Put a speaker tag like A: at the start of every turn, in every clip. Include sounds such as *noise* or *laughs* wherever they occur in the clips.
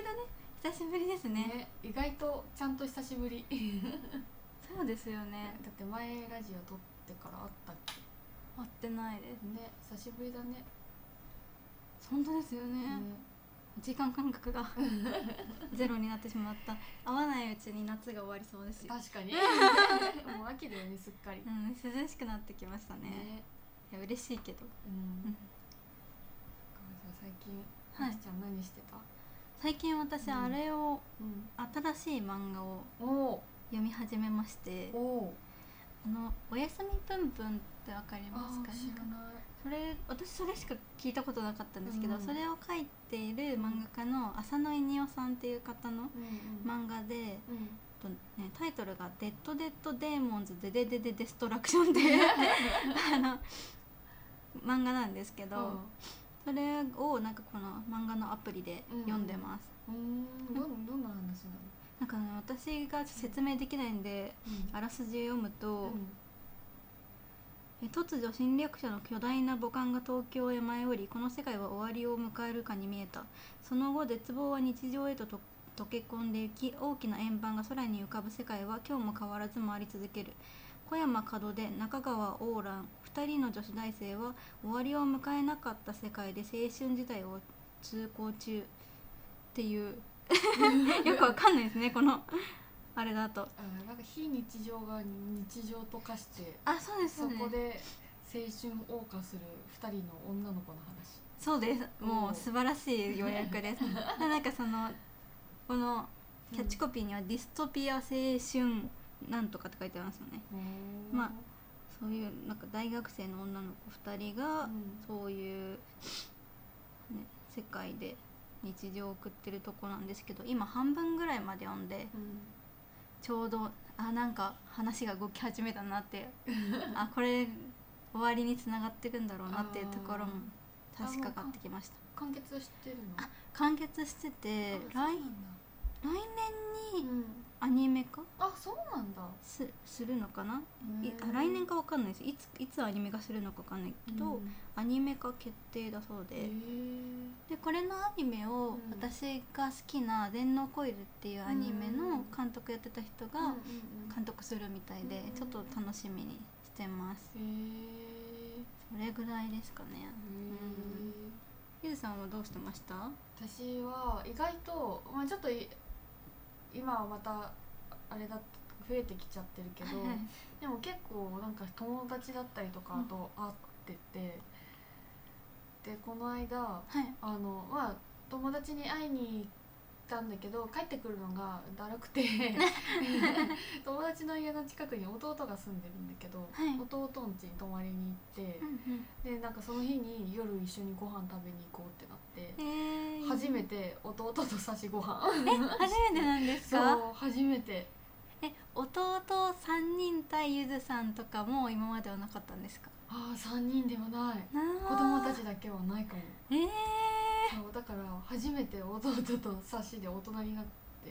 A: 久しぶりですね
B: ね意外とちゃんと久しぶり *laughs*
A: そうですよね
B: だって前ラジオ撮ってからあったっけ
A: 会ってないです
B: ね久しぶりだね
A: 本当ですよね、時間感覚が *laughs* ゼロになってしまった会わないうちに夏が終わりそうです
B: ね
A: よ、
B: 確かに *laughs* もう秋だよねすっかり
A: うん、涼しくなってきましたねいや嬉しいけど、
B: う
A: うんん
B: じゃあ最近
A: はい
B: あきちゃん何してた
A: 最近私
B: うん
A: あれを、
B: うん
A: 新しい漫画を
B: おー
A: 読み始めまして
B: お
A: あの「おやすみぷんぷん」ってわかり
B: ー
A: ますかね
B: 知らない
A: それ私それしか聞いたことなかったんですけど、
B: うん
A: それを書いている漫画家の浅野いにおさんっていう方の
B: うんう
A: 漫
B: ん
A: 画で、
B: うん
A: とね、タイトルが「デッド・デッド・デーモンズ・デデデデ・デストラクション」っていうあの漫画なんですけど、それをなんかこの漫画のアプリで読んでます、
B: うんうんどんどんな話なの
A: なんかね私が説明できないんで
B: うん
A: あらすじ読むと、
B: うん
A: え突如侵略者の巨大な母艦が東京へ舞い降りこの世界は終わりを迎えるかに見えたその後絶望は日常へとと溶け込んでいき大きな円盤が空に浮かぶ世界は今日も変わらず回り続ける小山門出中川オーラン2人の女子大生は終わりを迎えなかった世界で青春時代を通行中っていう *laughs* よくわかんないですねこのあれだと
B: あーなんか非日常が日常と化して
A: あそうです
B: そ
A: そうです
B: こで青春を謳歌する2人の女の子の話
A: そうです。も
B: おー
A: う素晴らしい予約です。で *laughs* なんかそのこのキャッチコピーにはディストピア青春なんとかって書いてありますよね。まあそういうなんか大学生の女の子二人が
B: うん
A: そういう、ね、世界で日常を送ってるとこなんですけど、今半分ぐらいまで読んで
B: うん
A: ちょうどあなんか話が動き始めたなって
B: *laughs*
A: あこれ終わりに繋がっていくんだろうなっていうところも確かかってきました。
B: 完結してるのあ
A: 完結してて
B: そうな
A: 来
B: んだ
A: 来年
B: う
A: に
B: ん
A: アニメ化
B: あそうなんだ
A: すするのかな、い
B: へー
A: 来年かわかんないですいついつアニメ化するのかわかんないけど、
B: うん
A: アニメ化決定だそうで、
B: へ
A: でこれのアニメ
B: う
A: を
B: ん
A: 私が好きな「電脳コイル」っていうアニメの
B: うん
A: 監督やってた人
B: ーうん
A: が
B: うん
A: 監督するみたいで
B: うん
A: ちょっと楽しみにしてます
B: うんへー
A: それぐらいですかねんゆずさんはどうしてました
B: 私は意外と、まあ、ちょっとい今はまたあれだ増えてきちゃってるけど、
A: はいはい
B: でも結構なんか友達だったりとかと会ってて、でこの間
A: はい
B: あのまあ友達に会いに行ったんだけど帰ってくるのがだるく
A: *laughs*
B: て *laughs* 友達の家の近くに弟が住んでるんだけど、
A: はい
B: 弟ん家に泊まりに行って
A: う、ん
B: でなんかその日に夜一緒にご飯食べに行こうってなって
A: うん、えー、
B: 初めて弟と差しご飯
A: 初めてなんです
B: そ
A: か
B: う初めて
A: え弟三人対ゆずさんとかも今まではなかったんですか
B: ああ3人ではない子
A: 子
B: 供たちだけはないかも
A: えー、
B: そうだから初めて弟と差しで大人になって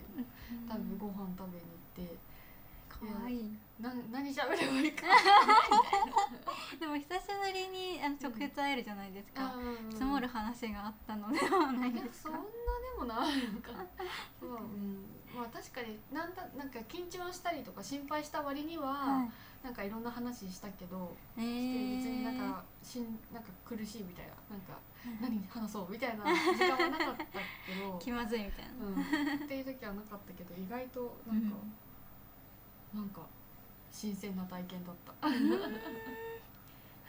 B: 多分ご飯食べに行って
A: かわいい
B: な何喋ればいい
A: *laughs*
B: か
A: でも久しぶりにあの直接会えるじゃないですか、
B: ー
A: 積もる話があったのではない
B: いや
A: です
B: そ
A: か
B: んなでもない
A: *laughs*
B: のかそう、うん、まあ確かになんだなんか緊張したりとか心配した割には、
A: はい
B: なんかいろんな話したけど、
A: えー、
B: 別になんかしんなんか苦しいみたいななんか
A: はい
B: 何話そうみたいな時間はなかったけ
A: *laughs*
B: ど、
A: 気まずいみたいな、
B: うん、っていう時はなかったけど意外となんか、なんか新鮮な体験だっ
A: *laughs*
B: た、
A: あ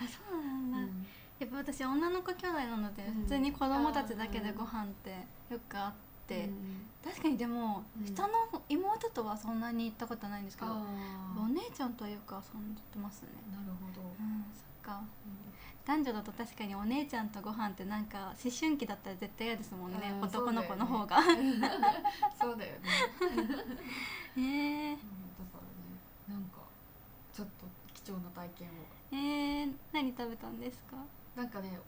A: そうなん
B: う
A: だ、
B: ん
A: やっぱ私女の子兄弟なので
B: うん
A: 普通に子供たちだけでご飯ってよくあって、
B: うん
A: 確かにでも、
B: うん
A: 下の妹とはそんなに行ったことないんですけど
B: あー
A: お姉ちゃんとはよく遊んでますね
B: なるほど、
A: うんそっか男女だと確かにお姉ちゃんとご飯ってなんか思春期だったら絶対嫌ですもんね
B: うん
A: 男の子の方がへ、
B: そうだよね、
A: *laughs* えー
B: うんだからねなんかちょっと貴重な体験を
A: えー何食べたんですか
B: なんかね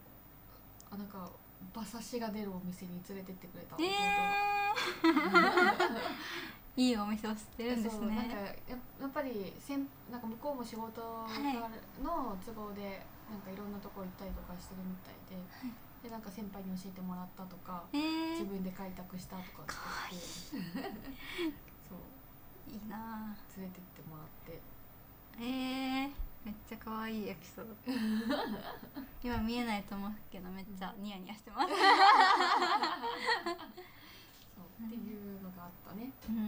B: あなんか馬刺しが出るお店に連れてってくれた
A: えーいいお店を知ってるんです
B: そうなんか
A: ね
B: ややっぱりせんなんか向こうも仕事があるの都合でなんかいろんなとこ行ったりとかしてるみたいで、でなんか先輩に教えてもらったとか
A: え
B: 自
A: ー、
B: 分で開拓したとかって言って *laughs* そう
A: いいな
B: 連れてってもらって
A: あえー、めっちゃ可愛いエピソード
B: *laughs*
A: 今見えないと思うけどめっちゃニヤニヤしてます、
B: そうっていうのがあったね、
A: うん、
B: うん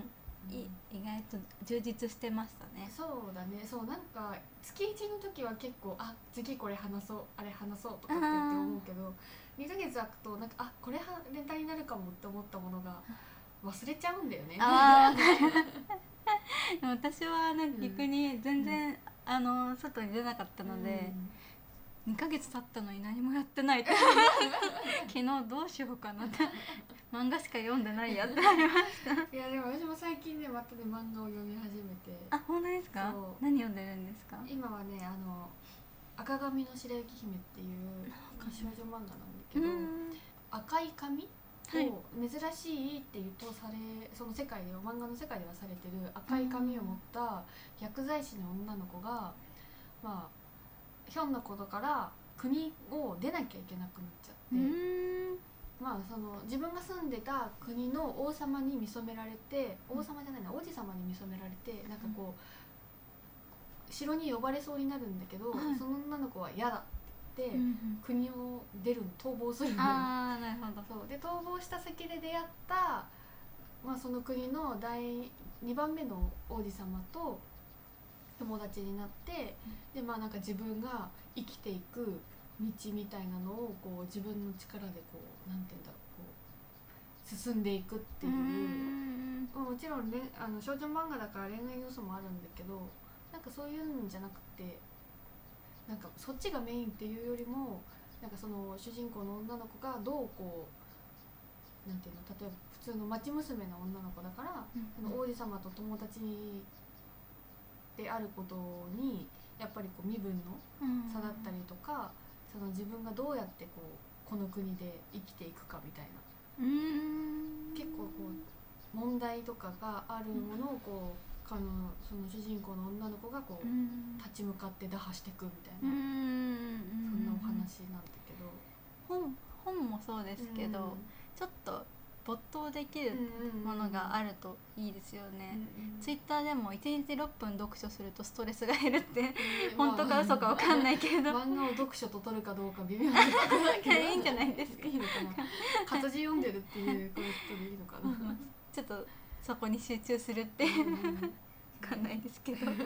A: い意外と充実してましたね
B: そうだねそうなんか月1の時は結構あ次これ話そうあれ話そうとかって
A: あ
B: 言
A: ー
B: って思うけど2ヶ月空くとなんかあこれはネタになるかもって思ったものが忘れちゃうんだよね
A: あーでも私はなんか逆に全然、あの外に出なかったので、2ヶ月経ったのに何もやってないって
B: *laughs*
A: 昨日どうしようかなって漫画しか読んでない
B: *laughs*
A: やってあります
B: うんいやでも私も最近ねまたね漫画を読み始めて
A: あ本当ですか
B: そう
A: 何読んでるんですか
B: 今はねあの「赤髪の白雪姫」っていう少女漫画なんだけ
A: う
B: ど、
A: ん
B: 赤い髪
A: はい
B: を珍しいって言うとされその世界では漫画の世界ではされてる赤い髪を持った薬剤師の女の子がまあひょんなことから国を出なきゃいけなくなっちゃ
A: う
B: って、
A: ん
B: まあその自分が住んでた国の王様に見初められて王様じゃないな王子様に見初められてなんかこう城に呼ばれそうになるんだけど、
A: はい
B: その女の子は嫌だって言って、
A: うん
B: 国を出る逃亡するのよ。
A: ああなるほど
B: そうで逃亡した先で出会った、まあ、その国の第2番目の王子様と友達になって、でまあなんか自分が生きていく道みたいなのをこう自分の力でこうなんて言うんだろうこう進んでいくっていうう。
A: ん
B: まあもちろんねあの少女漫画だから恋愛要素もあるんだけどなんかそういうんじゃなくてなんかそっちがメインっていうよりもなんかその主人公の女の子がどうこうなんていうの例えば普通の町娘の女の子だから、その王子様と友達であることにやっぱりこう身分の
A: うん
B: 差だったりとか、その自分がどうやってこうこの国で生きていくかみたいな。
A: うん
B: 結構こう問題とかがあるものをこうかのその主人公の女の子がこ
A: う
B: うん立ち向かって打破していくみた
A: う
B: いな、
A: ん
B: そんなお話なんだけど。
A: 本本もそうですけど、ちょっと没頭できるものがあ
B: る
A: るといいですよね、ツイッターでも1日6分読書するとストレスが減るって本当か嘘か分かんないいけど
B: 漫画を読書と取るかどうか微妙なとこだけど
A: *laughs* いいんじゃないですか
B: いいのかな活字読んでるっていうこういう人でいいのか
A: *laughs* う
B: な、
A: んちょっとそこに集中するって
B: うん
A: 分
B: うん
A: かんないですけど、
B: 結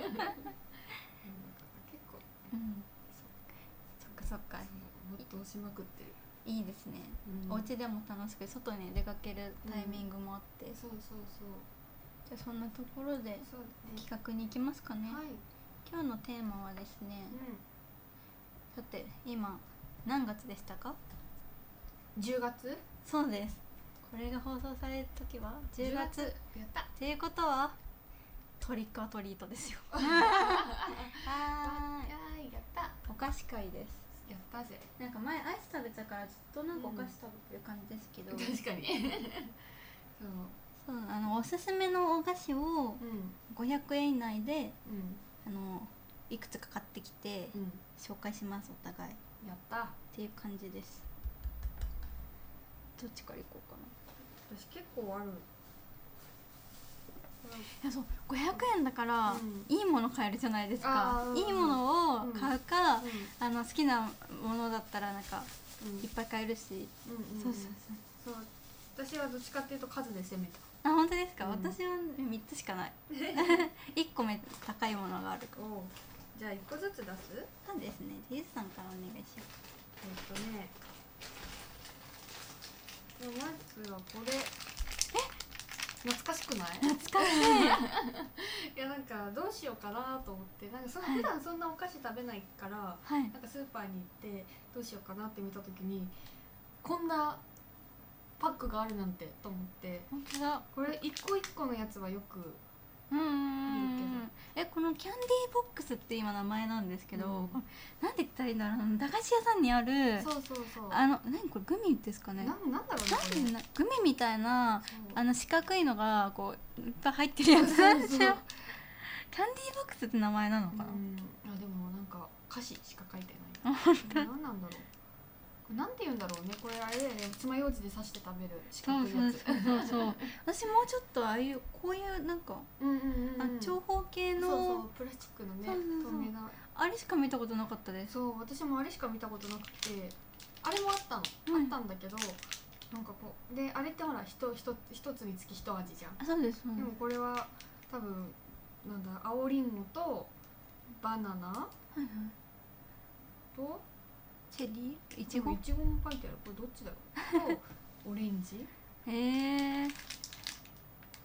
B: 構
A: うんそっかそっか
B: 没頭しまくってる、
A: いいですね、
B: うん
A: お家でも楽しく外に出かけるタイミングもあって、じ
B: そうそうそ
A: ゃあ
B: う
A: そんなところで
B: そうね
A: 企画に行きますかね、
B: はい、
A: 今日のテーマはですね
B: う
A: だって今何月でしたか
B: ん、10月
A: そうですこれが放送される時は10月
B: やった
A: っていうことはトリックはトリートです *laughs* よは
B: やーいやったや
A: ーいお菓子会です
B: ったぜ
A: なんか前アイス食べたからずっとなんかお菓子食べてる感じですけど、
B: 確かに *laughs* そう
A: そうあのおすすめのお菓子を
B: うん
A: 500円以内で
B: う
A: あ
B: ん
A: のいくつか買ってきて
B: うん
A: 紹介しますお互いっ
B: やった
A: ていう感じですどっちから行こうかな
B: 私結構ある
A: いやそう500円だから、
B: うん
A: いいもの買えるじゃないですか
B: あーうん
A: いいものを買うか、
B: うん
A: あの好きなものだったらなんか
B: うん
A: いっぱい買えるし、
B: うんうん
A: そうそうそう
B: そう私はどっちかっていうと数で攻めた
A: あ本当ですか、
B: うん
A: 私は3つしかない
B: *laughs*
A: 1個目高いものがあるか
B: おじゃあ一個ずつ出す
A: らそうですねジェイスさんからお願いします
B: えっとねでもまずはこれえ懐かしくない
A: 懐かしい
B: いやなんかどうしようかなと思ってなんかそん普段そんなお菓子食べないからな
A: はい
B: んかスーパーに行ってどうしようかなって見た時にこんなパックがあるなんてと思って
A: 本当だ
B: これ一個一個のやつはよく
A: うんうんうんうんえこのキャンディーボックスって今名前なんですけど、
B: うん
A: これなんて言ったらいいんだろう駄菓子屋さんにある
B: そうそうそう
A: あの何これグミですかね
B: ななんだろう
A: な
B: ね
A: んでなグミみたいな
B: こ
A: あの四角いのがこういっぱい入ってるやつキャ
B: れ
A: ンデ
B: そうそう
A: ィーボックスって名前なのか
B: う
A: な、
B: んあでもなんか歌詞しか書いてない何なんだろうなんて言うんだろうねこれあれだよね爪楊枝で刺して食べる四
A: そ
B: 角
A: う
B: い
A: そ
B: や
A: う
B: つ
A: そうそうそう私もうちょっとああいうこういうなんか、
B: うんうんうん
A: あ長方形
B: そう
A: の
B: そうプラスチックのね
A: そうそうそう
B: 透明な
A: あれしか見たことなかったです
B: そう私もあれしか見たことなくてあれもあったの、
A: うん
B: あったんだけどなんかこうであれってほらひとひと一つにつき一味じゃん、
A: あそうですそう
B: で
A: で
B: もこれは多分なんだ青りんごとバナナ
A: すはいはい
B: と
A: チェリーいちご
B: いちごも書いてあるこれどっちだろうとオレンジ
A: へえ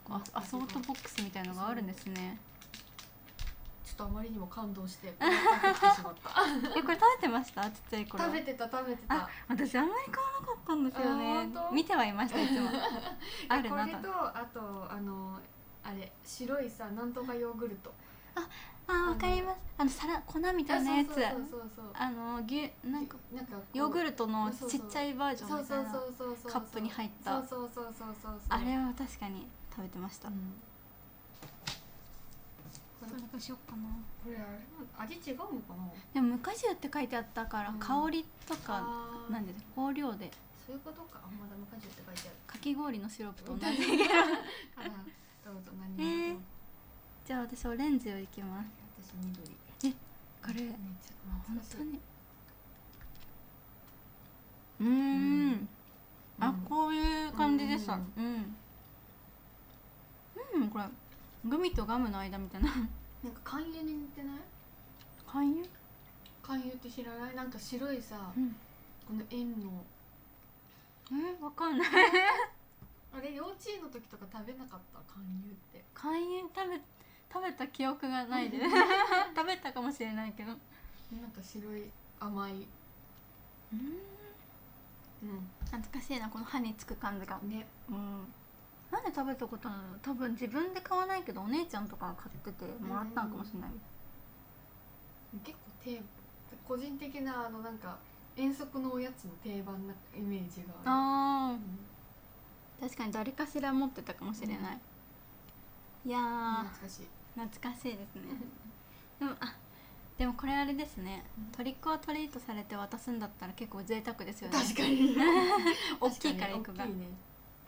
A: あアソートボックスみたいのがあるんですね
B: ちょっとあまりにも感動してこれを買ってきてしまった
A: えこれ食べてましたちっちゃい頃
B: 食べてた食べてた
A: あ私あんまり買わなかったんですよ
B: あ
A: ね
B: 本当
A: 見てはいましたいつ
B: *laughs*
A: もある
B: こ
A: な
B: れ
A: と
B: とあとあのあれ白いさなんとかヨーグルト
A: あわかりますあの皿粉みたいなやつ
B: あそうそうそうそう
A: あの牛なんか
B: なんかこう
A: ヨーグルトのちっちゃいバージョ
B: そ
A: ン
B: う
A: み
B: そ
A: たいうな
B: そうそうそう
A: カップに入った
B: そうそうそうそうそうそう
A: あれは確かに食べてました
B: う
A: ど
B: んこれ
A: れかしよっかな
B: これあれも味違うのかな
A: でも無果汁って書いてあったから
B: うん
A: 香りとか
B: あー
A: なんです香料で
B: そういうことかあまだ無果汁って書いて
A: かき氷のシロップと同じ
B: ある *laughs* からどうぞ何
A: えー
B: も
A: *laughs* じゃあ私オレンジをいきます
B: 私緑
A: これ
B: めっちゃ
A: 本
B: 懐かしい
A: 当にうーん
B: うん
A: あ
B: うん
A: こういう感じでした
B: う
A: うん
B: ん
A: うん、これグミとガムの間みたいな
B: なんか缶湯に似てない
A: 勧誘、
B: 缶湯って知らないなんか白いさ
A: うん、
B: この円の
A: えわかんない
B: あれ幼稚園の時とか食べなかった缶湯って
A: 勧誘食べ食べた記憶がないで *laughs* 食べたかもしれないけどう
B: なんか白い甘い
A: ーん
B: うん
A: 懐かしいなこの歯につく感じが
B: ね
A: うんなんで食べたことなの多分自分で買わないけどお姉ちゃんとかが買っててもらったのかもしれない
B: 結構定個人的なあのなんか遠足のおやつの定番なイメージが
A: ああ
B: あるうん
A: 確かに誰かしら持ってたかもしれない、いやー
B: 懐かしい
A: 懐かしいですねでもあでもこれあれですね、
B: うん
A: トリックオアトリートされて渡すんだったら結構贅沢ですよね
B: 確かに
A: *laughs* 大きいから一個が
B: 大きいね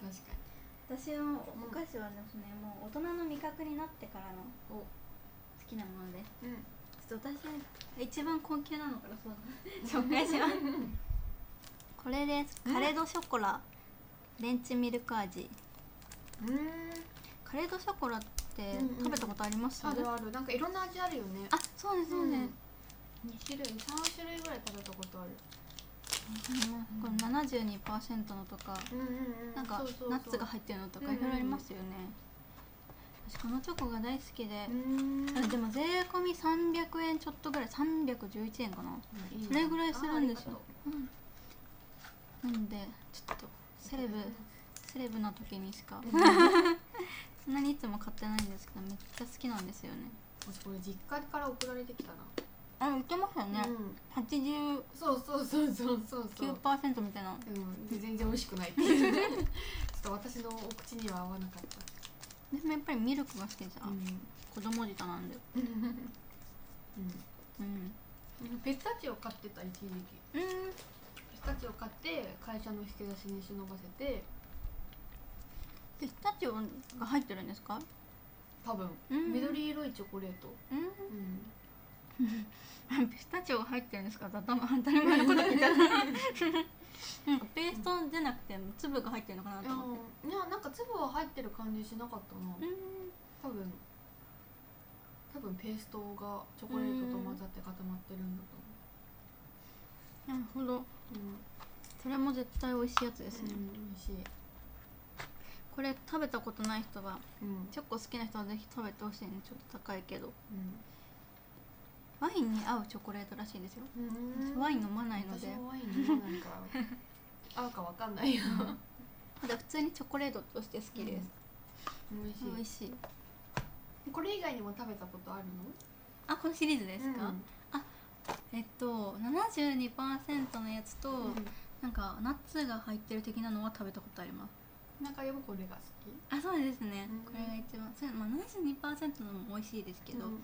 B: 確か
A: 私はお菓子はですねもう大人の味覚になってからの
B: に
A: 好きなものです
B: おうん
A: ちょっと私一番高級なのからそう紹介します *laughs* これですカレードショコラレンチミルク味
B: うん
A: カレードショコラって
B: うんうん
A: 食べたことあります、
B: あるあるなんかいろんな味あるよね
A: あそうですそうです、
B: 二種類三種類ぐらい食べたことある
A: これ七十二パーセントのとか、
B: うんうんうん
A: なんか
B: そうそうそう
A: ナッツが入ってるのとか
B: うんうん
A: いろいろありますよね。私このチョコが大好きで
B: う、ん
A: あでも税込み三百円ちょっとぐらい、三百十一円かな。それぐらいするんですようん、なんでちょっとセレブセレブな時にしか、
B: あーありがとううん
A: そんなにいつも買ってないんですけどめっちゃ好きなんですよね。
B: 私これ実家から送られてきたな
A: あ売ってましたよね
B: う。ん
A: 八十
B: そうそうそうそうそうそ
A: 九
B: う
A: パーセントみたいな。
B: うんで全然美味しくないっていうちょっと私のお口には合わなかった
A: でもやっぱりミルクが好きじゃん。
B: うん
A: 子供舌なんで。
B: う
A: うん。
B: んピスタチオ買ってた一時期
A: うん。
B: ピスタチオ買って会社の引き出しに忍ばせて
A: ピスタチオが入ってるんですか？
B: 多分
A: うん
B: 緑色いチョコレート
A: う *laughs*
B: うん
A: ん。ピスタチオが入ってるんですか？だだ当たり前のことみたいな。なんかペーストじゃなくて粒が入ってるのかないと
B: や
A: 思って。
B: いやなんか粒は入ってる感じしなかったな
A: う
B: 多分多分ペーストがチョコレートと混ざって固まってるんだと
A: ん。なるほど。
B: 思ううん
A: それも絶対美味しいやつですね。
B: うん美味しい
A: これ食べたことない人は
B: うん
A: チョコ好きな人はぜひ食べてほしいね。ちょっと高いけど。
B: う
A: ワインに合うチョコレートらしいですよ。
B: ん
A: 私ワイン飲まないので
B: 私。もワイン飲まないから合うかわかんないよ
A: ただ普通にチョコレートとして好きです。
B: 美味しい
A: 美味しい。
B: これ以外にも食べたことあるの
A: あ、このシリーズで
B: です
A: か？えっと72%のやつと、なんかナッツが入ってる的なのは食べたことあります
B: 中でもこれが好
A: あ
B: き
A: そうですね、
B: うん
A: これが一番そう、まあ、72%のも美味しいですけど、
B: うんうん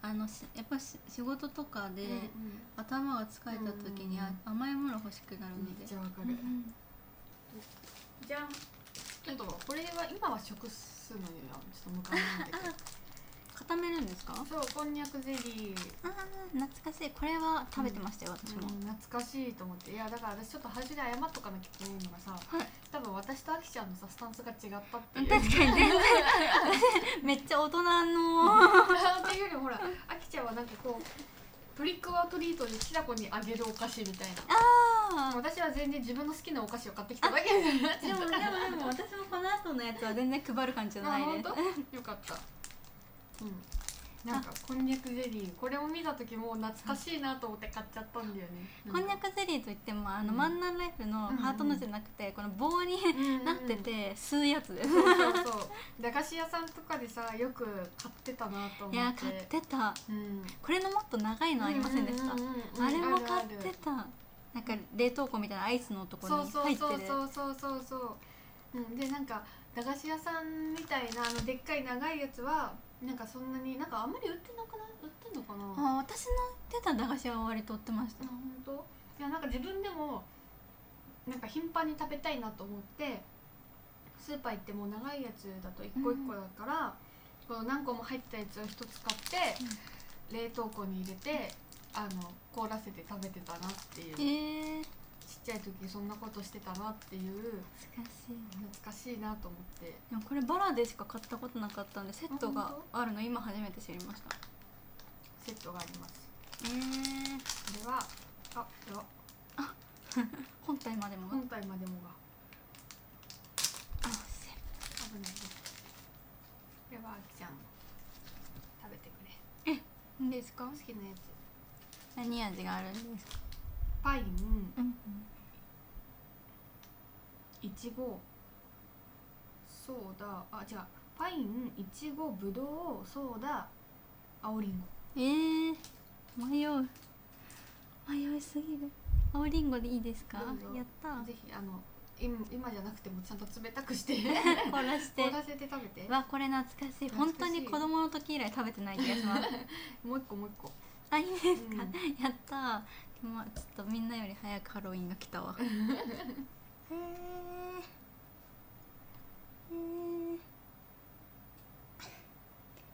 A: あのしやっぱし仕事とかで、
B: うんうん
A: 頭が疲れた時にあ甘いもの欲しくなる
B: うん
A: の
B: め
A: で
B: っちゃわか
A: うんう
B: る
A: ん
B: じゃんちょっとこれは今は食すのにはちょっと向かないんだけど
A: 固めるんですか
B: そうこんにゃくゼリー
A: あー懐かしいこれは食べてましたよ、私も、
B: うん懐かしいと思っていやだから私ちょっと初で謝っとかなきゃいけないのがさ、
A: はい
B: 多分私とあきちゃんのさスタンスが違ったって
A: うん
B: い
A: 確
B: う
A: かに全然 *laughs* めっちゃ大人の
B: っていうよりもほらあきちゃんはなんかこうトリックオアトリートできなこにあげるお菓子みたいな
A: あ
B: 私は全然自分の好きなお菓子を買ってきただけみたいになっ
A: ー
B: ち
A: で
B: ゃっ
A: もでも
B: たか
A: で
B: ら
A: も私もこの後のやつは全然配る感じじゃな
B: あ
A: い
B: 本
A: です
B: 当 *laughs* よかったうんなんかこんにゃくゼリーこれを見た時もう懐かしいなと思って買っちゃったんだよね
A: こんにゃくゼリーといってもあの
B: うん
A: マンナンライフのハートの字じゃなくて、この棒に *laughs* なって
B: うん
A: て吸うやつです、
B: うんそうそうそう駄菓子屋さんとかでさよく買ってたなと思って
A: いや買ってた
B: うん
A: これのもっと長いのありませんでした、
B: うううんうん
A: あれも買っ
B: あるあ
A: て
B: る
A: たなんか冷凍庫みたいなアイスのとこ
B: そう
A: に
B: そ
A: 入
B: う
A: って
B: そ
A: る
B: うそうそうそうそう、うん、でなんか駄菓子屋さんみたいなあのでっかい長いやつはなんかそんなになんかあんまり売ってなくない売ってんのかなあ
A: あ私の出た駄菓子は割と売ってました
B: 本当いやなんか自分でもなんか頻繁に食べたいなと思ってスーパー行ってもう長いやつだと一個一個だから、この何個も入ったやつを一つ買って、冷凍庫に入れてあの凍らせて食べてたなっていう
A: え
B: ちっ
A: ー、
B: ちゃい時そんなことしてたなっていう
A: 難しい
B: 懐かしいなと思って
A: でもこれバラでしか買ったことなかったんでセット
B: あ
A: が
B: 本
A: あるの今初めて知りました
B: セットがあります
A: えー、
B: これはあでは
A: 本体までもが、
B: 本体までもが
A: あ
B: 危ないですこれはあきちゃん食べてくれ
A: せんですか
B: 好きなやつ
A: 何味があるんですか、
B: パイン
A: うん
B: いちごソーダあ違うパインいちごぶどうソーダ青りん
A: えー、迷う迷いすぎる青りんごでいいですか
B: どうぞ
A: やった
B: ごぜひあの今今じゃなくてもちゃんと冷た
A: *laughs*
B: くして
A: 凍らして
B: 凍らせて食べて
A: わこれ懐かしい本当に子供の時以来食べてない気がし *laughs* ます
B: もう一個もう一個
A: あいいですか、
B: うん
A: やったーまあちょっとみんなより早くハロウィンが来た *laughs* わへえへー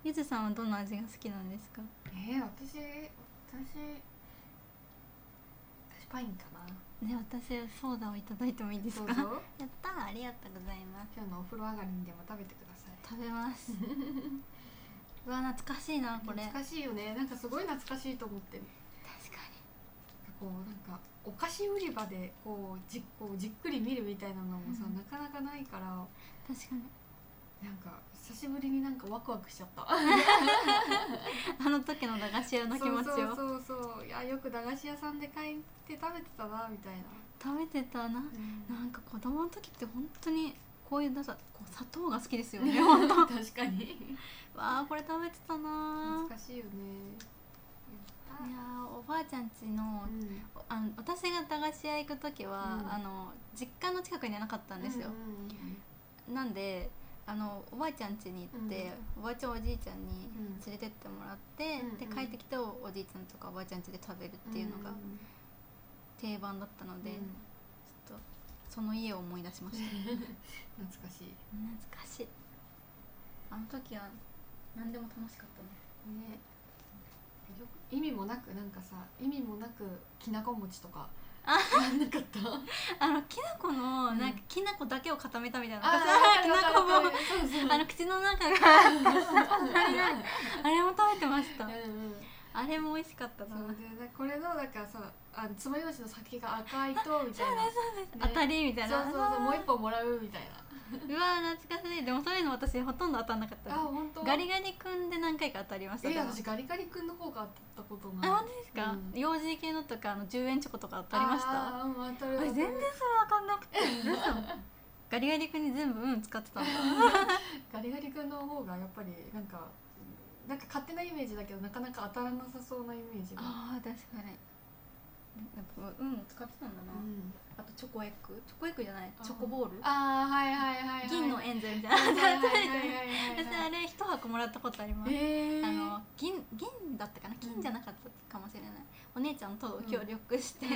A: ゆずさんはどの味が好きなんですか
B: えー、私私私パインかな
A: ね私ソーダをいただいてもいいです
B: どう
A: か
B: ぞ
A: やったーありがとうございます
B: 今日のお風呂上がりにでも食べてください
A: 食べます *laughs* うわ懐かしいなこれ確か
B: 懐かしいよねなんかすごい懐かしいと思ってこうなんかお菓子売り場でこうじこうじっくり見るみたいなのもさ、
A: うん
B: なかなかないから
A: に確かに
B: なんか久しぶりになんかワクワクしちゃった
A: あの時の駄菓子屋の気持ちを
B: そうそうそうそういやよく駄菓子屋さんで買って食べてたなみたいな、
A: 食べてたななんか子供の時って本当にこういうなんかこう砂糖が好きですよね *laughs* 本当わ
B: 確かに
A: あこれ食べてたな
B: 懐かしいよねやった
A: いやーおばあちゃん家の
B: うん
A: あの私が駄菓子屋行く時は、
B: うん
A: あの実家の近くにはなかったんですよ、
B: う
A: なんであのおばあちゃん家に行って、おばあちゃんおじいちゃんに連れてってもらって、
B: うん
A: で
B: うん
A: 帰ってきておおじいちゃんとかおばあちゃん家で食べるっていうのが定番だったので、
B: で、うん
A: ちょっとその家を思い出しました
B: 懐かしいね
A: *laughs* 懐かしいあの時は何でも楽しかったね
B: よく意味もなくなんかさ意味もなくきなこ餅とか
A: あ
B: やんなかった
A: あのきなこの、
B: うん
A: なんかきなこだけを固めたみたいな
B: あ
A: き
B: ーわ
A: な
B: かる
A: こ
B: わかるわ
A: も
B: かるそうそう
A: あの口の中が *laughs* あれも食べてました
B: うんうん
A: あれも美味しかったな
B: そうでこれのだからさあの爪楊枝の先が赤いとみたい
A: 当
B: な
A: たりみたいな
B: そうそうそうもう一本もらうみたいな
A: うわー懐かしいでもそういうの私ほとんど当たんなかった
B: あ本当
A: ガリガリ君で何回か当たりました
B: い
A: で
B: や
A: も
B: 私ガリガリ君の方が当たったことない
A: あ本当ですか、
B: うん
A: 幼児系のとかあの10円チョコとか当たりました
B: あーうん当たる
A: あれ
B: 当
A: 全
B: た
A: 然
B: る
A: それ当たんなくて *laughs* 嘘ガリガリ君に全部うん使ってたんだ
B: ガリガリ君の方がやっぱりなんかなんか勝手なイメージだけどなかなか当たらなさそうなイメージが
A: あー確かにやっぱ運を使ってたんだな、あとチョコエッグチョコエッグじゃないチョコボール
B: ああはいはいはいはい
A: 銀の
B: 絵
A: エンゼルみたいな
B: はいはいはい
A: 私
B: は
A: あ
B: い
A: れ一箱もらったことあります、
B: えー
A: あの銀銀だったかな金じゃなかったかもしれない、お姉ちゃんと協力して、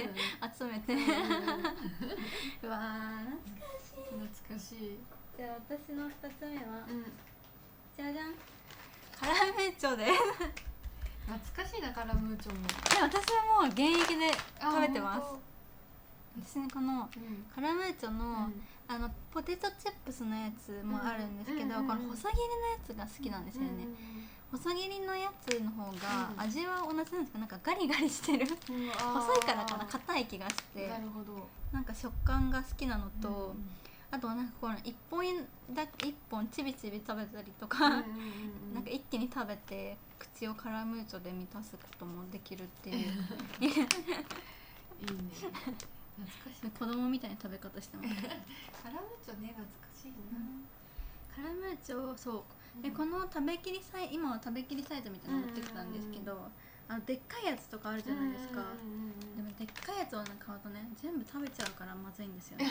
A: 集めて、 *laughs*
B: うん
A: うわー
B: 懐かしい
A: じゃあ私の2つ目は
B: うん
A: じゃじゃんカラメッチョです *laughs*
B: 懐かしいなカラムーチョも
A: で私はもう現役で
B: あ
A: 食べてます
B: 本
A: 私ねこの
B: 当うん
A: カラムーチョの,、
B: うん
A: あのポテトチップスのやつもあるんですけど、
B: うんうん
A: こ
B: うん
A: の細切りのやつが好きなんですよね、細切りのやつの方が
B: うん
A: 味は同じなんですかなんかガリガリしてる
B: うんうんうん
A: 細いからかな
B: あー
A: 硬い気がして
B: なるほど
A: なんか食感が好きなのと、
B: うん
A: あとなんかこの一本だ一本ちびちび食べたりとか、
B: うんうんうん
A: なんか一気に食べて口をカラムーチョで満たすこともできるっていう
B: いいね懐かしい
A: 子供みたいな食べ方してます
B: カラムーチョね懐かしい
A: カラムーチョそう
B: な
A: でこの食べきりサイ今は食べきりサイズみたいなの持ってきたんですけど、あのでっかいやつとかあるじゃないですか、
B: うんうんうん
A: でもでっかいやつをなんか買うとね全部食べちゃうからまずいんですよね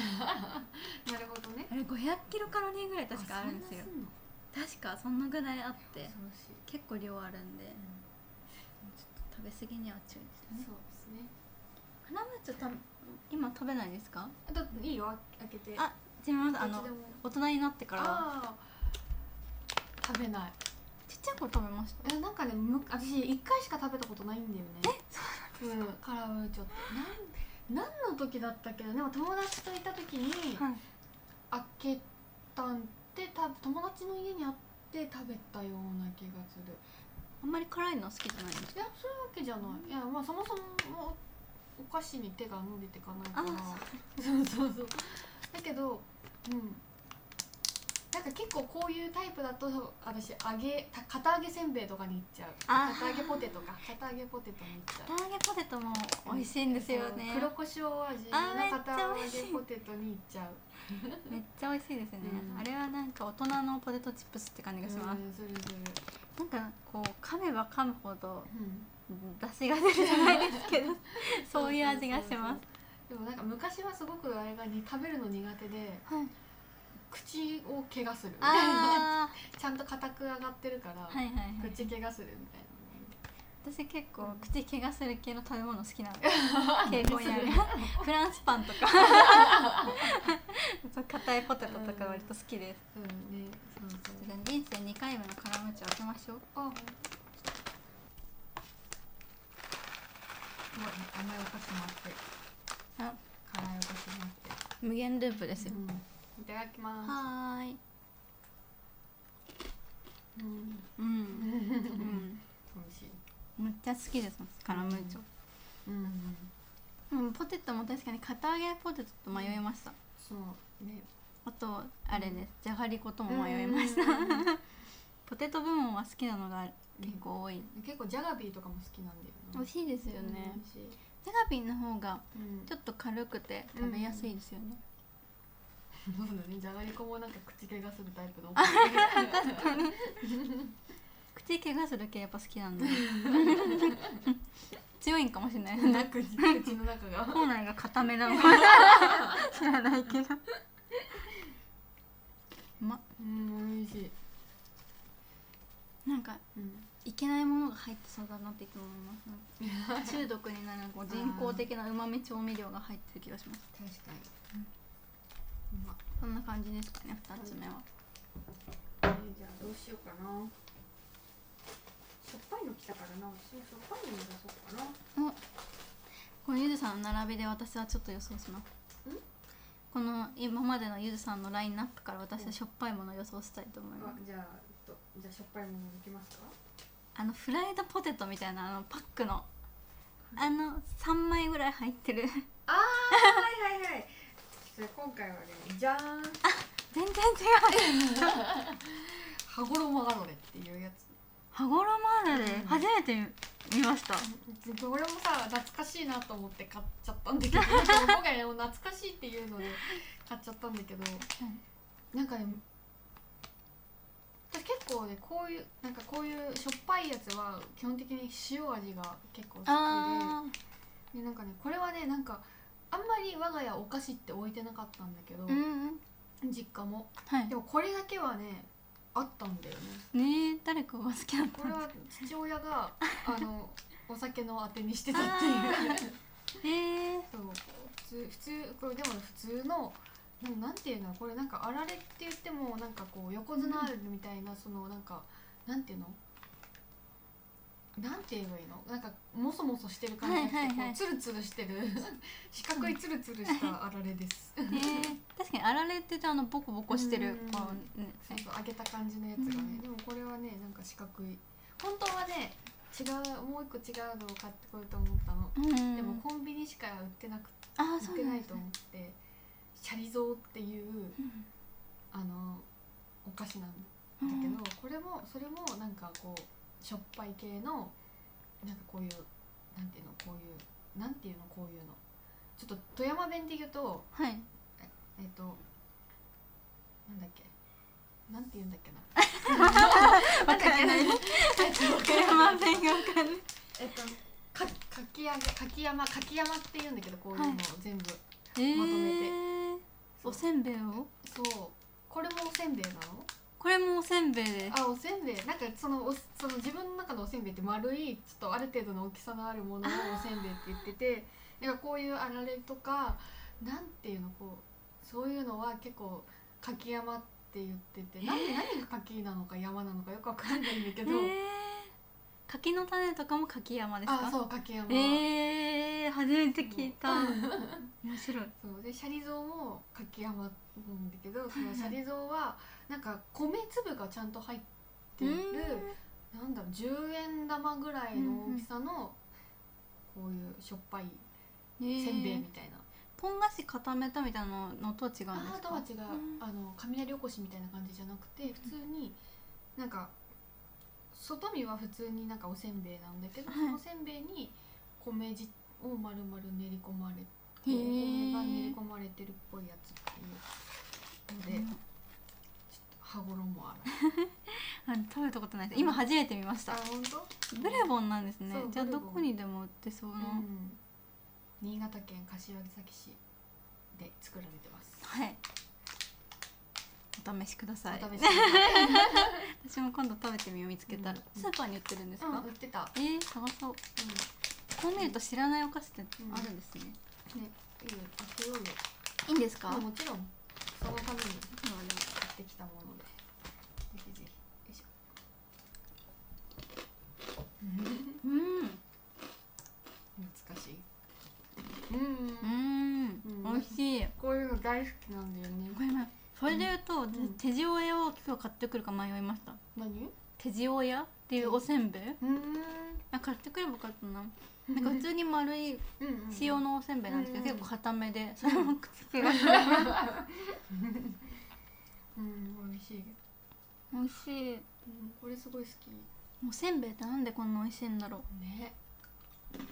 B: なるほどね
A: あれ500キロカロリーぐらい確かあるんですよ
B: そなすの
A: 確かそんなぐらいあって
B: 恐ろしい
A: 結構量あるんでちょっと食べ過ぎには注意ですね
B: そうですね
A: カラムーチョた今食べないですか
B: あといいよあ開けて
A: あ自分はあの
B: どっちでも
A: 大人になってから
B: あー食べない
A: ちっちゃい頃食べました
B: えなんかねむ私一回しか食べたことないんだよねえうんカラムーチョってなん何の時だったけどでも友達といた時に
A: はい
B: 開けたんってた友達の家にあって食べたような気がする
A: あんまり辛いの好きじゃないんです
B: いやそういうわけじゃないいやまあそもそもお菓子に手が伸びていかないから
A: あ
B: そうそうそうだけどうんなんか結構こういうタイプだと私揚げた片揚げせんべいとかに行っちゃう
A: あー
B: 片揚げポテトか片揚げポテトに行っちゃう
A: 唐揚げポテトも美味しいんですよね
B: そう黒胡椒味
A: あーめっち
B: の
A: ゃ
B: 片揚
A: 美味しい
B: げポテトに行っちゃう
A: めっちゃ美味しいですね、
B: うん
A: あれはなんか大人のポテトチップスって感じがします、
B: うんするする
A: なんかこう噛めば噛むほど
B: うん
A: 出汁が出るじゃないです *laughs* けどそういう味がします
B: でもなんか昔はすごくあれがに食べるの苦手で
A: はい
B: 口を怪我する
A: あ
B: ちゃんと硬く上がってるから、
A: あはいはいはい
B: 口怪我するみたい
A: 私結構
B: うん
A: 口怪我する系の食べ物好 *laughs* きなの
B: な
A: 傾向にあるフランスパンと *laughs* かそう硬いポテトとか割と好きです、
B: うんねそうそう
A: じゃあ人生2回目のカラムーチョ開けましょう
B: あもう甘いお菓子もあって
A: あ
B: 辛いお菓子もあっ
A: 無限ループです
B: て、うん、いただきま
A: はーい
B: す、うん、
A: うん、う
B: 美
A: ん、
B: 味しい
A: むっちゃ好きですカラムーチョ
B: うん、うん、
A: うん、ポテトも確かに片揚げポテトと迷いました
B: そうね
A: あとあれですじゃがりことも迷いましたポテト部門は好きなのが結構多い
B: 結構ジャガビーとかも好きなんだよな
A: 美味しいですよね
B: うん美味しい
A: ジャガビンの方が
B: うん
A: ちょっと軽くて食べやすいですよね、
B: そうだねじゃがりこもなんか口怪我するタイプの
A: 口怪我する系やっぱ好き *laughs* なんで強いんかもしれない
B: なんか口口の中が
A: 口内が固めなの *laughs* か知らないけどま
B: うん美味しい、
A: なんか
B: うん、
A: いけないものが入ってそうだなっていつも思いますなんか中毒になるこう人工的なうまみ調味料が入ってる気がします
B: 確かに、うん、ま
A: そんな感じですかね2つ目は
B: あ、えーじゃあどうしようかなしょっぱいの来たからな私もしょっぱいの出そうかな
A: おこのゆずさんの並びで私はちょっと予想します
B: ん
A: この今までのゆずさんのラインナップから私はしょっぱいものを予想したいと思います
B: あじゃあどじゃあしょっぱいものいきますか
A: あのフライドポテトみたいなあのパックのあの3枚ぐらい入ってる *laughs*
B: あーはいはいはいそれ今回はねじゃーん
A: 全然違う
B: 羽衣がのれっていうやつ
A: 羽衣あるで
B: うん
A: 初めて見ました
B: これもさ懐かしいなと思って買っちゃったんだ
A: *laughs*
B: けどなんか今回ねもう懐かしいっていうので買っちゃったんだけど、なんかね私結構ねこういうなんかこういうしょっぱいやつは基本的に塩味が結構好きで
A: あ
B: でなんかねこれはねなんかあんまり我が家お菓子って置いてなかったんだけど、
A: うんうん
B: 実家も
A: はい
B: でもこれだけはねあったんだよね
A: ねえ誰かが好きだった
B: これ
A: んだ
B: は父親があのお酒のあてにしてたっていう
A: *laughs* へえ
B: そう普通普通これでも普通のでもなんていうのこれなんかあられって言ってもなんかこう横綱あるみたいな、そのなんかなんていうのなんて言えばいいのなんかもそもそしてる感じじゃなくて、
A: はいはいはい
B: こうツルツルしてる *laughs* 四角いツルツルしたあられです
A: へえ確かにあられってあのボコボコして
B: う
A: る
B: ん
A: こうね
B: そうそう揚げた感じのやつがね、
A: うん
B: でもこれはねなんか四角い本当はね違うもう一個違うのを買ってこようと思ったの、
A: うん
B: でもコンビニしか売ってなく
A: ああそ
B: 売
A: う
B: って
A: な
B: なんい
A: です
B: と
A: ね
B: 思ってシャリゾーっていう
A: うん
B: あのお菓子なんだ
A: うん
B: けど、これもそれもなんかこうしょっぱい系のなんかこういうなんていうのこういうなんていうのこういうのちょっと富山弁で言うと
A: はい
B: えっ、となんだっけなんて言うんだっけな
A: *laughs* わからない車弁がわかんない
B: えっと、か、かき揚げ、かき山、かき山って言うんだけど、こういうのを全部。
A: ええ
B: まと
A: ーおせんべいを
B: そう、これもおせんべいなの。
A: これもおせんべいです
B: あ、おせんべい、なんか、その、お、その自分の中のおせんべいって丸い、ちょっとある程度の大きさのあるものをおせんべいって言ってて。なんか、こういうあられとか、なんていうの、こう、そういうのは結構、かき山って言ってて、なんで、何がかきなのか、山なのか、よくわかんないんだけど。
A: えー柿の種とかも柿山です
B: あ、
A: か
B: そう、かき山。
A: ええー、初めて聞いた面白い
B: そうでシャリゾウもかき山なんだけどそのシャリゾウはなんか米粒がちゃんと入っているなんだろう10円玉ぐらいの大きさのこういうしょっぱい
A: え
B: せ
A: ー
B: んべいみたいな、
A: ポン菓子固めたみたいなのとは違うんですか
B: あーとは違う、
A: うん
B: あの雷おこしみたいな感じじゃなくて普通になんか外見は普通になんかおせんべいなんだけど、
A: はい
B: そのせんべいに米じを丸々練り込まれて
A: へ
B: お
A: ー
B: 米が練り込まれてるっぽいやつっていうので、ちょっと羽衣ある
A: あ食べたことないです今初めて見ました
B: 本当
A: ブレボンなんですね
B: そう
A: じゃあ
B: ブレ
A: ど
B: ボン
A: こにでも売ってそうな、
B: うん、新潟県柏崎市で作られてます、
A: はいお試しください
B: お試しください
A: 私も今度食べてみよう見つけたら、
B: うん
A: スーパーに売ってるんです
B: うん
A: か、
B: 売ってた、
A: えー、探そう
B: うん
A: こう見ると知らないお菓子ってあるんですね、
B: いいよ開けようよ
A: いいんですか、
B: あ
A: でも
B: もちろんそのために
A: でも
B: 買ってきたものでぜひぜひよいし
A: *laughs*
B: ょ
A: うん
B: 懐かしいうん
A: うん、
B: うん
A: 美味しい
B: こういうの大好きなんだよね
A: ごめんごめんそれで言うと、
B: ん
A: 手塩屋を今日買ってくるか迷いました
B: 何
A: 手塩屋っていうおせんべい
B: うん
A: あ買ってくればよかったななんか普通に丸い
B: うんうん
A: 塩のおせんべいなんですけど、
B: うん
A: 結構固めでそれも口気がする
B: うん美味しい、
A: *laughs* 美味しい
B: うん、これすごい好き
A: おせんべいってなんでこんな美味しいんだろう
B: ね
A: めっ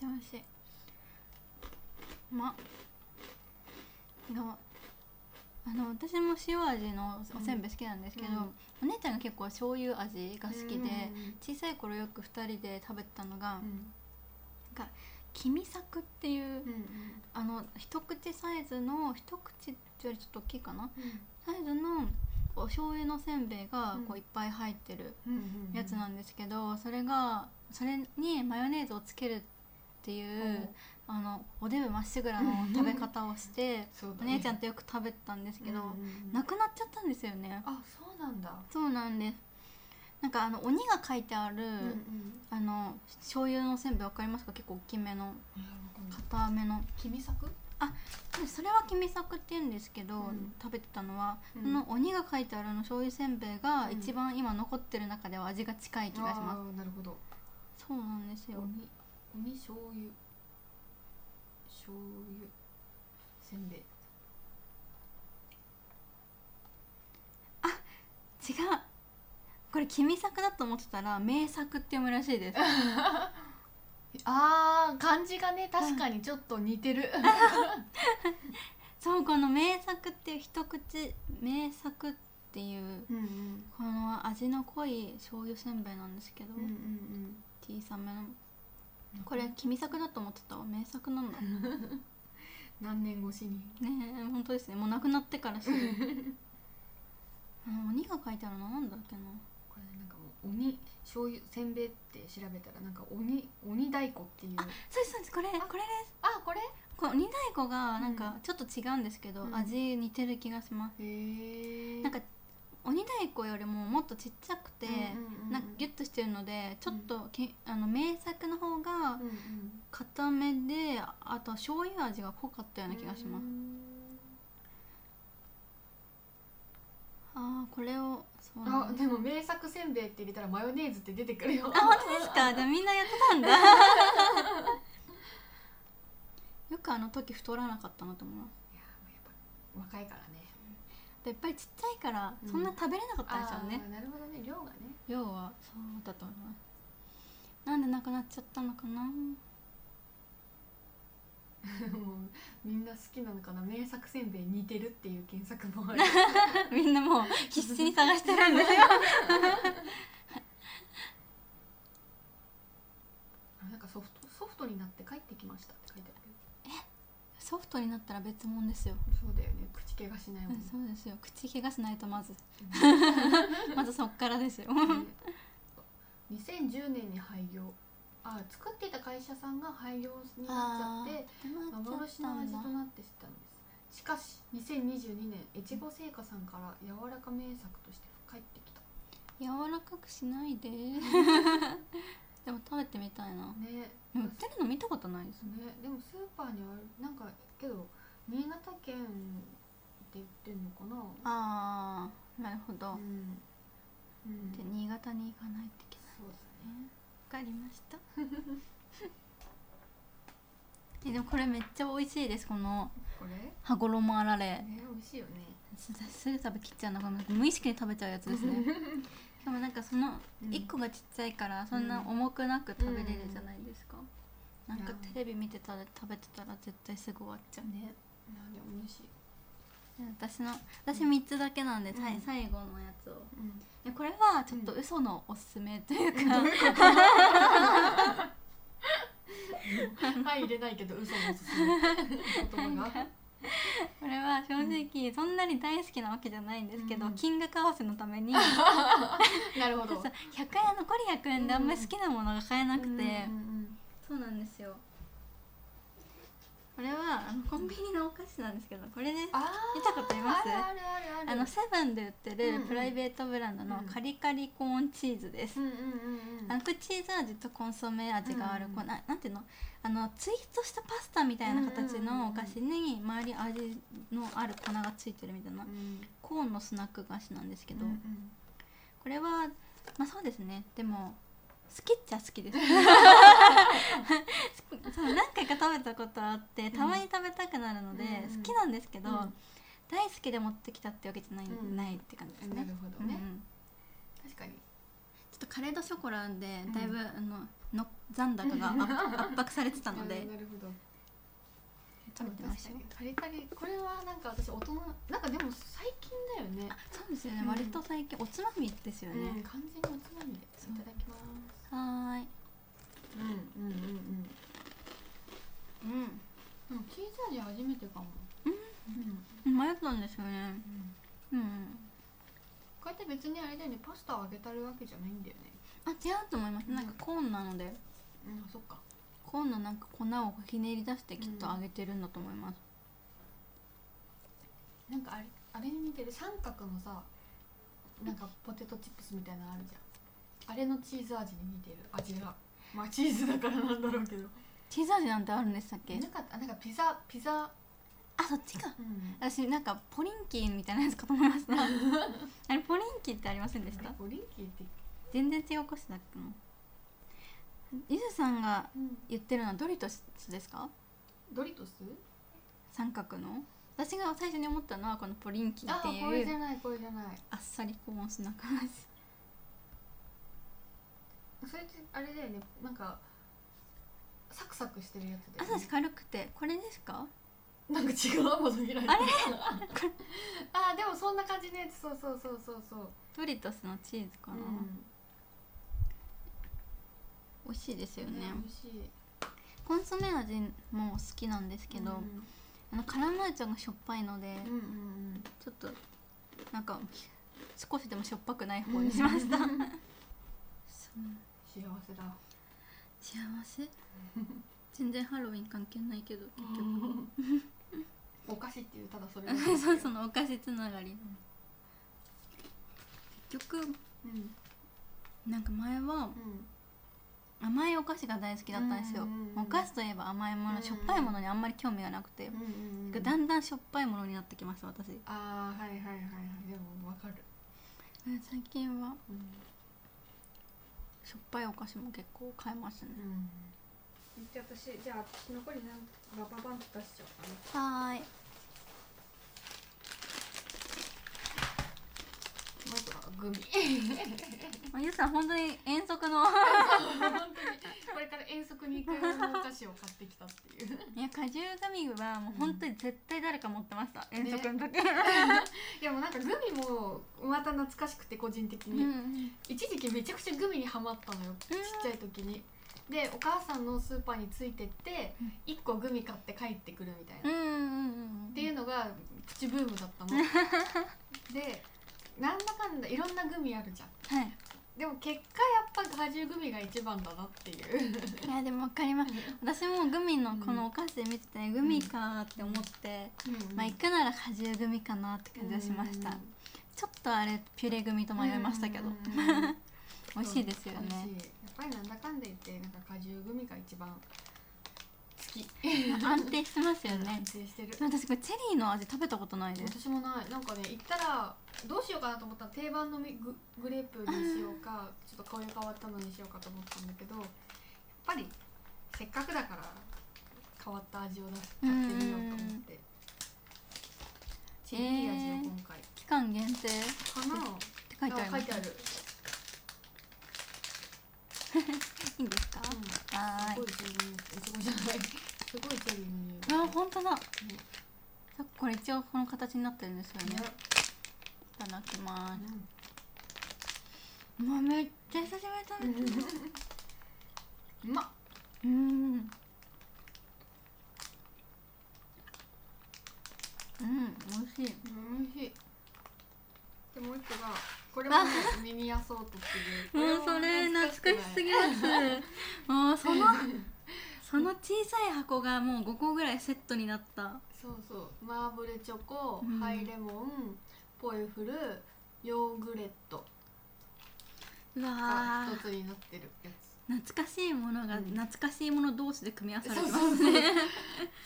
A: ちゃ美味しいうまっでもあの私も塩味のおせんべい好きなんですけど、お姉ちゃんが結構醤油味が好きで、小さい頃よく2人で食べてたのが
B: うんうん
A: 「君作」っていう
B: うん
A: あの一口サイズの一口よりちょっと大きいかな
B: う
A: サイズのお醤油のせんべいがこ
B: う
A: うんいっぱい入ってる
B: んうん
A: やつなんですけど、それがそれにマヨネーズをつけるっていうあのおでぶまっしぐ
B: *laughs*
A: らの食べ方をして
B: そう
A: お
B: だね
A: 姉ちゃんとよく食べてたんですけど、
B: うんうんうん
A: なくなっちゃったんですよね
B: あそうなんだ
A: そうなんですなんかあの鬼が書いてある、
B: うんうん
A: あの醤油のせんべいわかりますか結構大きめの
B: いやわかんない
A: 固めの
B: 君作
A: でそれは君作って言うんですけど、
B: うん
A: 食べてたのは、
B: うん
A: その鬼が書いてあるあの醤油せんべいが
B: うん
A: 一番今残ってる中では味が近い気がします、
B: あーなるほど
A: そうなんですよ
B: 鬼鬼醤油醤油せんべい
A: 違うこれ君作だと思ってたら名作って読むらしいです
B: あー漢字がね確かにちょっと似てる
A: そうこの名作っていう一口名作っていう
B: うんうん
A: この味の濃い醤油せんべいなんですけど、
B: うんうん
A: 小さめの
B: う
A: これ君作だと思ってたわ名作なんだね
B: 何年越し *laughs* に
A: え本当ですねもう亡くなってからし鬼が書いたのなんだっけな
B: これなんかもう鬼醤油せんべいって調べたらなんか鬼鬼太鼓っていう
A: あそうですそうですこれこれです
B: あこれ
A: こう鬼太鼓がなんかちょっと違うんですけど、
B: うん
A: 味似てる気がします、
B: へえ
A: なんか鬼太鼓よりももっとちっちゃくて、なんかギュ
B: ッ
A: ッとしてるのでちょっとけ、あの名作の方が
B: うんうん
A: 固めであと醤油味が濃かったような気がします、ああこれをそう
B: うん
A: な
B: あ
A: んだ
B: でも名作せんべいって入れたらマヨネーズって出てくるよ
A: あ本当です *laughs* かじゃあみんなやってたんだよくあの時太らなかったなと思う
B: いやもうやっぱ若いからね
A: やっぱりちっちゃいからそんな食べれなかったんですよね、
B: あーなるほどね量がね *laughs*
A: 要はそうだと思いますなんでなくなっちゃったのかな
B: もうみんな好きなのかな名作せんべい似てるっていう検索もあ
A: *laughs*
B: る
A: *laughs* みんなもう必死に探してるんですよ
B: あなんかソフトソフトになって帰ってきましたって書いてあるよ
A: *laughs* ソフトになったら別物ですよ、
B: そうだよね口怪我しないもん、
A: うんそうですよ口怪我しないとまず *laughs* まずそっからですよ
B: 2010年に廃業あ作っていた会社さんが廃業になっちゃって幻の味となって知ったんですしかし2022年越後製菓さんから柔らか名作として帰ってきた
A: 柔らかくしない *laughs* ででも食べてみたいな
B: ね
A: でも売ってるの見たことないですね
B: ねでもスーパーにあるなんかけど新潟県って言ってんのかな
A: ああなるほど、
B: うん、うん、
A: で新潟に行かないといけない
B: そうですね
A: わかりました *laughs* えでもこれめっちゃ美味しいですこの
B: これ
A: 羽衣あられ
B: ね美味しいよね
A: すすぐ食べきっちゃうのが無意識に食べちゃうやつ
B: *laughs*
A: ですねしかもなんかその
B: うん
A: 1個がちっちゃいからそんな重くなく食べれるじゃないですか、
B: うん
A: なんかテレビ見てたら食べてたら絶対すぐ終わっちゃう
B: ねなんでも美味しい、
A: 私の私3つだけなんで、さい
B: うん
A: 最後のやつを
B: うん
A: でこれはちょっと嘘のおすすめというか、
B: はい *laughs* 入れないけど嘘のおすす
A: *laughs*
B: め言葉が
A: これは正直そんなに大好きなわけじゃないんですけど、
B: うん
A: 金額合わせのため
B: *laughs*
A: に
B: なるほ
A: そ
B: ど
A: うそう100円残り100円であんまり好きなものが買えなくて、
B: うんうん
A: そうなんですよこれはあのコンビニのお菓子なんですけどこれです
B: あー
A: 見たことあります
B: あるあるあるあ
A: あ
B: る
A: のセブンで売って
B: うん
A: る
B: うん
A: プライベートブランドのカリカリコーンチーズです、
B: うんうんうんう
A: あ
B: ん
A: のこれチーズ味とコンソメ味がある、
B: うん
A: こうななんていうのあのツイートしたパスタみたいな形のお菓子に周り味のある粉がついてるみたいな
B: うん
A: コーンのスナック菓子なんですけど、
B: うんうん
A: これはまあそうですねでも好きっちゃ好き *laughs* ですそう何回か食べたことあってたまに食べたくなるので、
B: うん
A: 好きなんですけど、
B: うん
A: 大好きで持ってきたってわけじゃない,、
B: うん
A: ないって感じですね
B: なるほ
A: う
B: ど
A: んう
B: ね、
A: ん
B: 確かに
A: ちょっとカレードショコラで
B: ん
A: だいぶ、あのの残高 *laughs* が圧圧迫されてたの
B: あー
A: で
B: なるほど
A: 食べてましたよ
B: カリカリこれはなんか私大人なんかでも最近だよね
A: あそうですよね、
B: うん
A: 割と最近おつまみですよ
B: うん
A: ね、
B: 完全におつまみで
A: そう
B: いただきます
A: はーい
B: うんうんうんうん
A: うん
B: でもチーズ味初めてかもうん
A: 迷ったんですよね
B: う
A: う
B: ん
A: んうん
B: こうやって別にあれだよねパスタをあげたるわけじゃないんだよね
A: あ違うと思いますなんかコーンなので
B: うんあそっか
A: コーンのなんか粉をひねり出してきっと揚げてるんだと思います、
B: なんかあれあれに似てる三角のさなんかポテトチップスみたいなのあるじゃんあれのチーズ味に似てる味がまあチーズだからなんだろうけど
A: チーズ味なんてあるんでしたっけ、
B: なんかあなんかピザピザ
A: あそっちか
B: うん
A: 私なんかポリンキーみたいなやつかと思いました *laughs* あれポリンキーってありませんでした
B: オリンキーって
A: 全然違うお菓子だっけなゆずさんが
B: うん
A: 言ってるのはドリトスですか
B: ドリトス
A: 三角の私が最初に思ったのはこのポリンキー
B: あ
A: って
B: これじ
A: い
B: ゃ
A: う
B: ないこれじゃない
A: あっさりコーンスナック菓子
B: それってあれだよねなんかサクサクしてるやつ
A: あ
B: だ
A: そ
B: よ、
A: う
B: ね
A: です、軽くてこれですか
B: なんか違うもの開いてる
A: あれ
B: *laughs* あでもそんな感じのやつそうそうそうそうそう
A: ドリトスのチーズかな、
B: うん
A: 美味しいですよね
B: ね美味しい
A: コンソメ味も好きなんですけど、
B: うん
A: あのカラムーチョがしょっぱいので、
B: うんうん
A: ちょっとなんか少しでもしょっぱくない
B: うん
A: 方にしました、
B: うん
A: そう
B: 幸せだ
A: 幸せ全然ハロウィン関係ないけど結局
B: お菓子っていうた *laughs* だそれ
A: そうそのお菓子つながりの結局
B: うんうん
A: なんか前は甘いお菓子が大好きだったんですよ
B: うんうんうん
A: お菓子といえば甘いも
B: う
A: の
B: ん
A: しょっぱいものにあんまり興味がなくて
B: うんうんうん
A: だんだんしょっぱいものになってきました私
B: ああはいはいはいはいでもわかる、
A: 最近は
B: うん
A: しょっぱいお菓子も結構買いますね
C: じゃあ私じゃあ私残り何バババンと出しちゃおうかな
A: はーい
B: まずはグミ
A: まあゆうさん本当に遠足の
B: 本当にこれから遠足に行く用のお菓子を買ってきたっていう
A: いや果汁グミはもう本当に絶対誰か持ってました遠足の時、
B: いやもうなんかグミもまた懐かしくて個人的
A: う
B: に、
A: ん
B: 一時期めちゃくちゃグミにハマったのよちっちゃい時にでお母さんのスーパーについてって
A: うん
B: 1個グミ買って帰ってくるみたいな、
A: うんうんうん
B: っていうのがプチブーム
A: *laughs*
B: だったのでなんだかんだいろんなグミあるじゃん
A: はい
B: でも結果やっぱ果汁グミが一番だなっていう
A: いやでも分かります私もグミのこのお菓子で見てて、グミかーって思って、
B: *laughs*
A: まあ行くなら果汁グミかなって感じはしました、
B: うん
A: ちょっとあれピュレグミと迷いましたけど、
B: うんうん
A: *laughs* 美味しいですよね
B: 美味しいやっぱりなんだかんだ言ってなんか果汁グミが一番好き
A: 安定してますよね
B: 安定してる
A: でも私これチェリーの味食べたことないです
B: 私もないなんかね行ったらどうしようかなと思ったら定番のみググレープにしようかちょっと香り変わったのにしようかと思ったんだけどやっぱりせっかくだから変わった味を出す買ってみようと思ってチェリー味を今回、
A: 期間限定って書
B: かな
A: いてあり
B: 書
A: ま
B: い
A: す
B: てある、
A: いいんですか、
B: うん、
A: はー
B: すご
A: い
B: いチェリーのいちごじゃないすごいチェリーの匂い
A: あー本当ださっきこれ一応この形になってるんですよね
B: ね
A: いただきま
B: ね
A: すもうめっちゃ久しぶりに食べた
B: *laughs* うんうまっ
A: うんうん美味しい
B: うん美味しいでもう一個がこれもね耳やそうとっていう
A: もうそれ懐かしすぎますもうそのその小さい箱がもう5個ぐらいセットになった
B: そうそうマーブルチョコ、
A: うん
B: ハイレモンポエフルヨーグレット
A: う
B: が
A: わ
B: 一つになってるや
A: ー懐かしいものが
B: うん
A: 懐かしいもの同士で組み合わさ
B: つ
A: れ
B: そう
A: てま
B: そう
A: す
B: そう
A: ね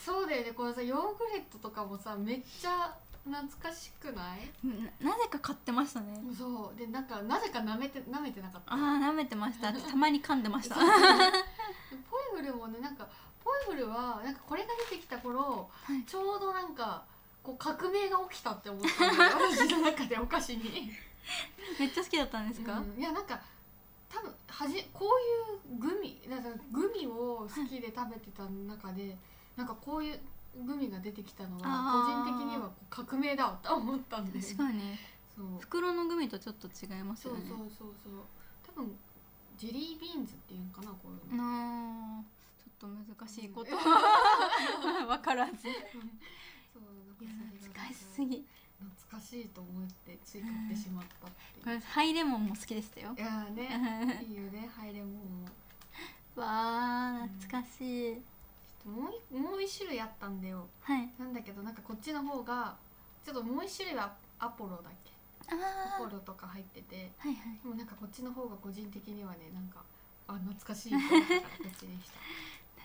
B: そうだよねこのさヨーグレットとかもさめっちゃ懐かしくない
A: *laughs* ななぜか買ってましたね
B: そうでなんかなぜか舐めて舐めてなかった
A: ああ舐めてま *laughs* したたまに噛んでま *laughs* した
B: そう *laughs* ポエフルもねなんかポエフルはなんかこれが出てきた頃、
A: い
B: ちょうどなんかこう革命が起きたって思った
A: *laughs*
B: んだよ私の中でお菓子に。
A: めっちゃ好きだったんですか、
B: うんいやなんか多分はじこういうグミなんかグミを好きで食べてた中で、なんかこういうグミが出てきたのは
A: あ
B: 個
A: ー
B: 人的にはこう革命だと思ったんで
A: 確かに
B: そう
A: 袋のグミとちょっと違います
B: そ
A: よ
B: うそう
A: ね
B: そうそう多分ジェリービーンズっていうのかなこういうの、
A: なあちょっと難しいこと *laughs* 分からず
B: そ
A: い
B: う
A: や
B: なんかそれが
A: 懐かしすぎ
B: 懐かしいと思ってつい買ってしまったって
A: こ
B: い
A: れ
B: う、
A: ハイレモンも好きでしたよ
B: いやーねいいよねハイレモンも
A: *laughs* わあ懐かしい、
B: ちょっともう一もう一種類あったんだよ
A: はい
B: なんだけどなんかこっちの方がちょっともう一種類はアポロだっけ
A: あ
B: ア
A: あ
B: ポロとか入ってて
A: はいはい
B: でもなんかこっちの方が個人的にはねなんかあ懐かしいと思ったからこっちで
A: *laughs*
B: した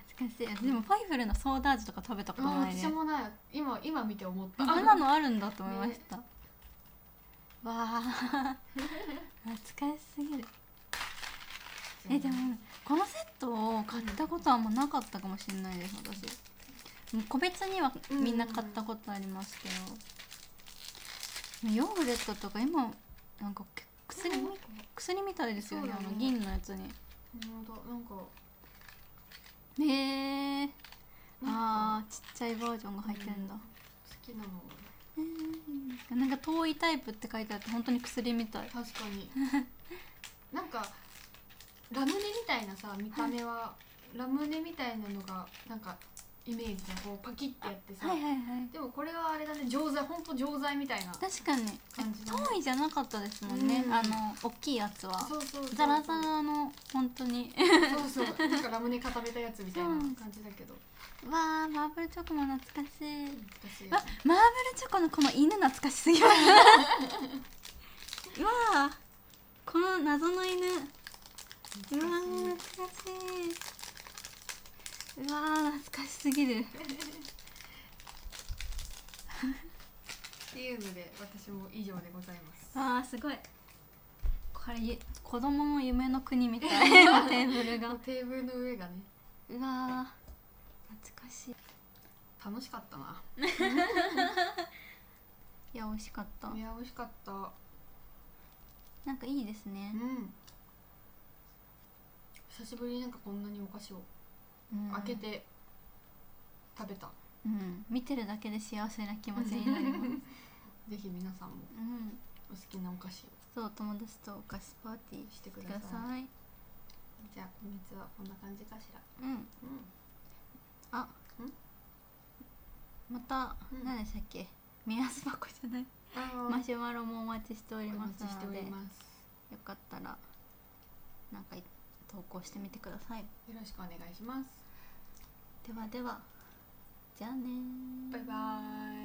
A: 懐かしい私でもファイフルのソーダ味とか食べたこと
B: あ
A: ないで
B: 私もない今今見て思った
A: あんなのあるんだと思いま *laughs* した、わ *laughs* あ懐かしすぎるえでもこのセットを買ったことはもうなかったかもしれないです私もう個別にはみんな買ったことありますけど、ヨーグレットとか今なんかけ薬み薬みたいですよね
B: そうだね
A: あの銀のやつに
B: 本当なんか
A: へえー、
B: なんか
A: あーちっちゃいバージョンが入ってるんだ、
B: 好きなの
A: えーなんか遠いタイプって書いてあって本当に薬みたい
B: 確かになんかラムネみたいなさ見た目はラムネみたいなのがなんかイメージでこうパキッてやってさ、
A: はいはいはい
B: でもこれはあれだね錠剤ほんと錠剤みたいな
A: 確かに
B: 感じだね
A: 遠いじゃなかったですもんね、
B: うん
A: あの大きいやつは
B: そうそうそう
A: ザラザラの本当に
B: そうそうなんかラムネ固めたやつみたいな
A: そう
B: 感じだけど
A: わあマーブルチョコも懐かしい
B: 私
A: わマーブルチョコのこの犬懐かしす *laughs* ぎるわあこの謎の犬うわー懐かしいうわー懐かしすぎる
B: っていうので私も以上でございます
A: わあすごいこれゆ子供の夢の国みたい *laughs* テーブルがうわ
B: テーブルの上がね
A: ー懐かしい
B: 楽しかったない
A: や美味しかった
B: いや美味しかった
A: なんかいいですね
B: う、ん久しぶりになんかこんなにお菓子を
A: うん
B: 開けて食べた、
A: うん、見てるだけで幸せな気持ちに *laughs* なります、
B: ぜひ皆さんも
A: うん、
B: お好きなお菓子を
A: そう友達とお菓子パーティー
B: してく
A: して
B: だ
A: くだ
B: さい
A: さい
B: じゃあ今月はこんな感じかしら
A: うん
B: うん
A: あ
B: ん
A: また、
B: うん
A: 何でしたっけ目安箱じゃない
B: あ
A: マシュマロもお待ちしており
B: お
A: ま
B: 待
A: す
B: ちして
A: の
B: お
A: で
B: ります
A: よかったらなんかい投稿してみてください
B: よろしくお願いします
A: ではではじゃあねー
B: バイバーイ